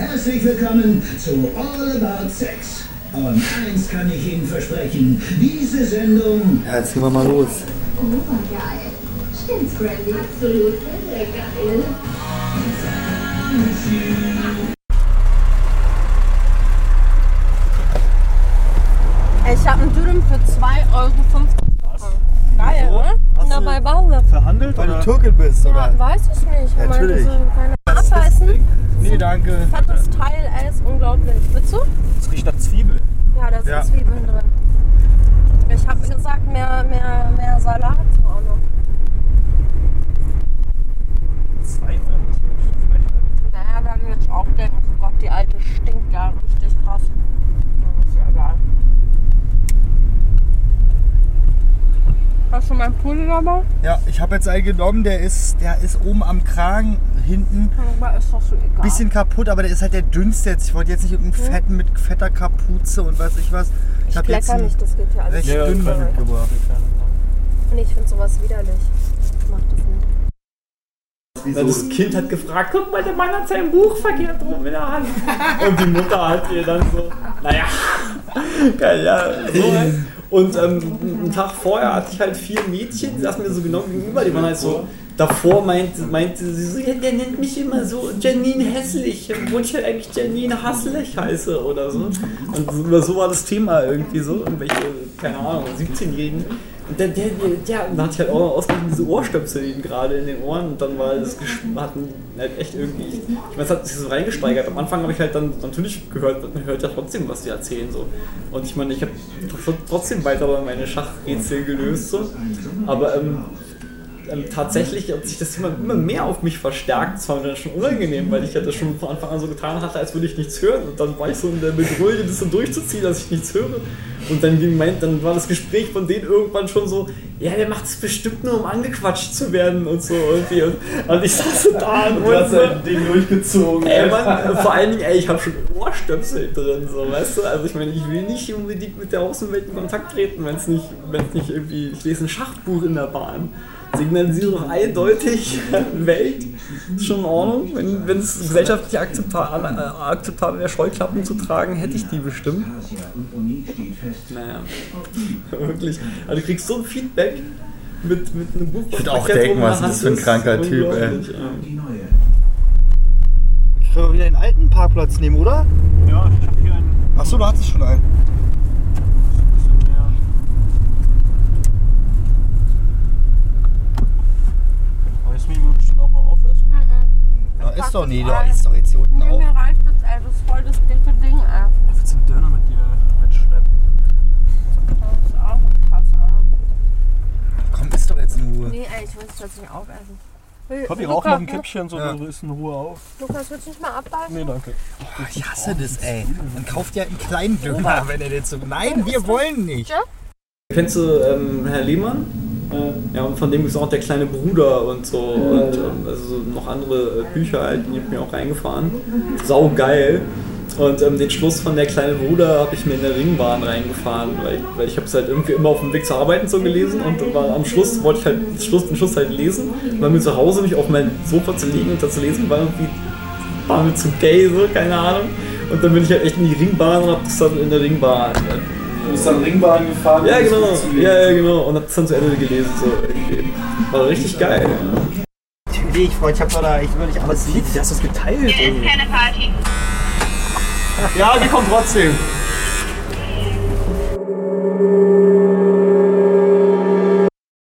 Herzlich willkommen zu All About Sex. Und eins kann ich Ihnen versprechen, diese Sendung Ja, jetzt gehen wir mal los. Obergeil. Stimmt's, Brandy? Absolut geil. Ich habe einen Dürüm für 2,50 Euro. Geil, oder? Hast Na, du- bei Bauer. Verhandelt Weil du oder? Türkin bist, Ja, oder? weiß ich nicht. Ja, Ich meine, natürlich. so keine Abbeißen. Nee, danke. Fettes Teil, Eis, unglaublich. Willst du? Das riecht nach Zwiebel. Ja, da sind Ja. Zwiebeln drin. Ich habe gesagt, mehr, mehr, mehr Salat so auch noch. 2 Euro. das ist wirklich frech, ne? Naja, werden wir jetzt auch denken, oh Gott, die alte stinkt ja richtig krass. Ja, Ist ja egal. Hast du meinen Pudel dabei? Ja, ich habe jetzt einen genommen, der ist, der ist oben am Kragen hinten. Aber ist doch so egal. Hm? Bisschen kaputt, aber der ist halt der dünnste jetzt. Ich wollte jetzt nicht irgendeinen fetten mit fetter Kapuze und weiß ich was. ich hab klecker einen nicht, das geht ja alles. recht Ja, dünnen klar. mitgebracht. Nee, ich finde sowas widerlich. Ich mach das nicht. Na, das Kind hat gefragt, guck mal, der Mann hat sein Buch verkehrt rum in der Hand. Und die Mutter hat ihr dann so, naja, geil, ja, so halt. Und ähm, einen Tag vorher hatte ich halt vier Mädchen, die saßen mir so genau gegenüber, die waren halt so, davor meinte, meinte sie so, ja, der nennt mich immer so Janine hässlich, obwohl ich halt eigentlich Janine Hasslich heiße oder so. Und so- über so war das Thema irgendwie so, irgendwelche, keine Ahnung, 17-Jährigen. Und der, der, der, ja, und da hatte ich halt auch noch ausgerechnet diese Ohrstöpsel eben gerade in den Ohren und dann war das Gesch- hatten halt echt irgendwie. Ich meine, es hat sich so reingesteigert. Am Anfang habe ich halt dann natürlich gehört, man hört ja trotzdem, was die erzählen so. Und ich meine, ich habe tr- trotzdem weiter meine Schachrätsel gelöst so. Aber ähm, ähm, tatsächlich hat sich das Thema immer mehr auf mich verstärkt. Es war mir dann schon unangenehm, weil ich ja das schon von Anfang an so getan hatte, als würde ich nichts hören. Und dann war ich so in der Bedrohung, das so durchzuziehen, dass ich nichts höre. Und dann, ging mein, dann war das Gespräch von denen irgendwann schon so, ja, der macht es bestimmt nur, um angequatscht zu werden und so irgendwie. Und, und ich saß so da und Du hast so- halt den durchgezogen. Ey, Mann, vor allen Dingen, ey, ich habe schon Ohrstöpsel drin, so, weißt du? Also, ich meine, ich will nicht unbedingt mit der Außenwelt in Kontakt treten, wenn es nicht, wenn's nicht irgendwie. Ich lese ein Schachbuch in der Bahn. Signalisiere doch eindeutig Welt. Ist schon in Ordnung. Wenn wenn es gesellschaftlich akzeptabel, äh, akzeptabel wäre, Scheuklappen zu tragen, hätte ich die bestimmt. Asia und Uni steht fest. Naja, wirklich. Also, du kriegst so ein Feedback mit, mit einem Buch. Ich würd auch denken, was ist das für ein kranker Typ, ey. Die neue. Können wir wieder den alten Parkplatz nehmen, oder? Ja, ich hab hier einen. Achso, du hattest schon einen. bisschen mehr. Aber jetzt müssen wir bestimmt auch mal aufessen. Ja, ist doch nie, da ein. ist doch jetzt hier unten Nee, auf. mir reicht das, ey. Das ist voll das dicke Ding, ey. Ich will den Döner mit dir mitschleppen. Das ist auch krass, ey. Komm, ist doch jetzt in Ruhe. Nee, ey, ich will es jetzt nicht aufessen. Will- Komm, wir Luca, rauchen noch ein Kippchen, so Ja. du isst in Ruhe auf. Lukas, willst du nicht mal abbeißen? Nee, danke. Boah, ich hasse das, ey. Dann kauft ihr einen kleinen Döner, wenn er den so. Nein, wir wollen nicht. Kennst du ähm, Herr Lehmann? Ja, und von dem ist auch der kleine Bruder und so. Und ähm, also noch andere äh, Bücher halt, die hab ich mir auch reingefahren. Sau geil. Und ähm, den Schluss von der kleine Bruder habe ich mir in der Ringbahn reingefahren, weil ich, weil ich habe es halt irgendwie immer auf dem Weg zur Arbeit und so gelesen und war, am Schluss wollte ich halt den Schluss, den Schluss halt lesen, weil mir zu Hause nicht auf mein Sofa zu liegen und das zu lesen war irgendwie war mir zu gay, so, keine Ahnung. Und dann bin ich halt echt in die Ringbahn und hab das dann in der Ringbahn äh, Du bist dann Ringbahn gefahren. ja, genau. Ja, ja, genau. Und hab's dann zu Ende gelesen. So. irgendwie. War richtig geil. Ja. Natürlich, Freund, ich hab doch da, ich will nicht alles lieb. Hast du das geteilt? Ja, die kommt trotzdem.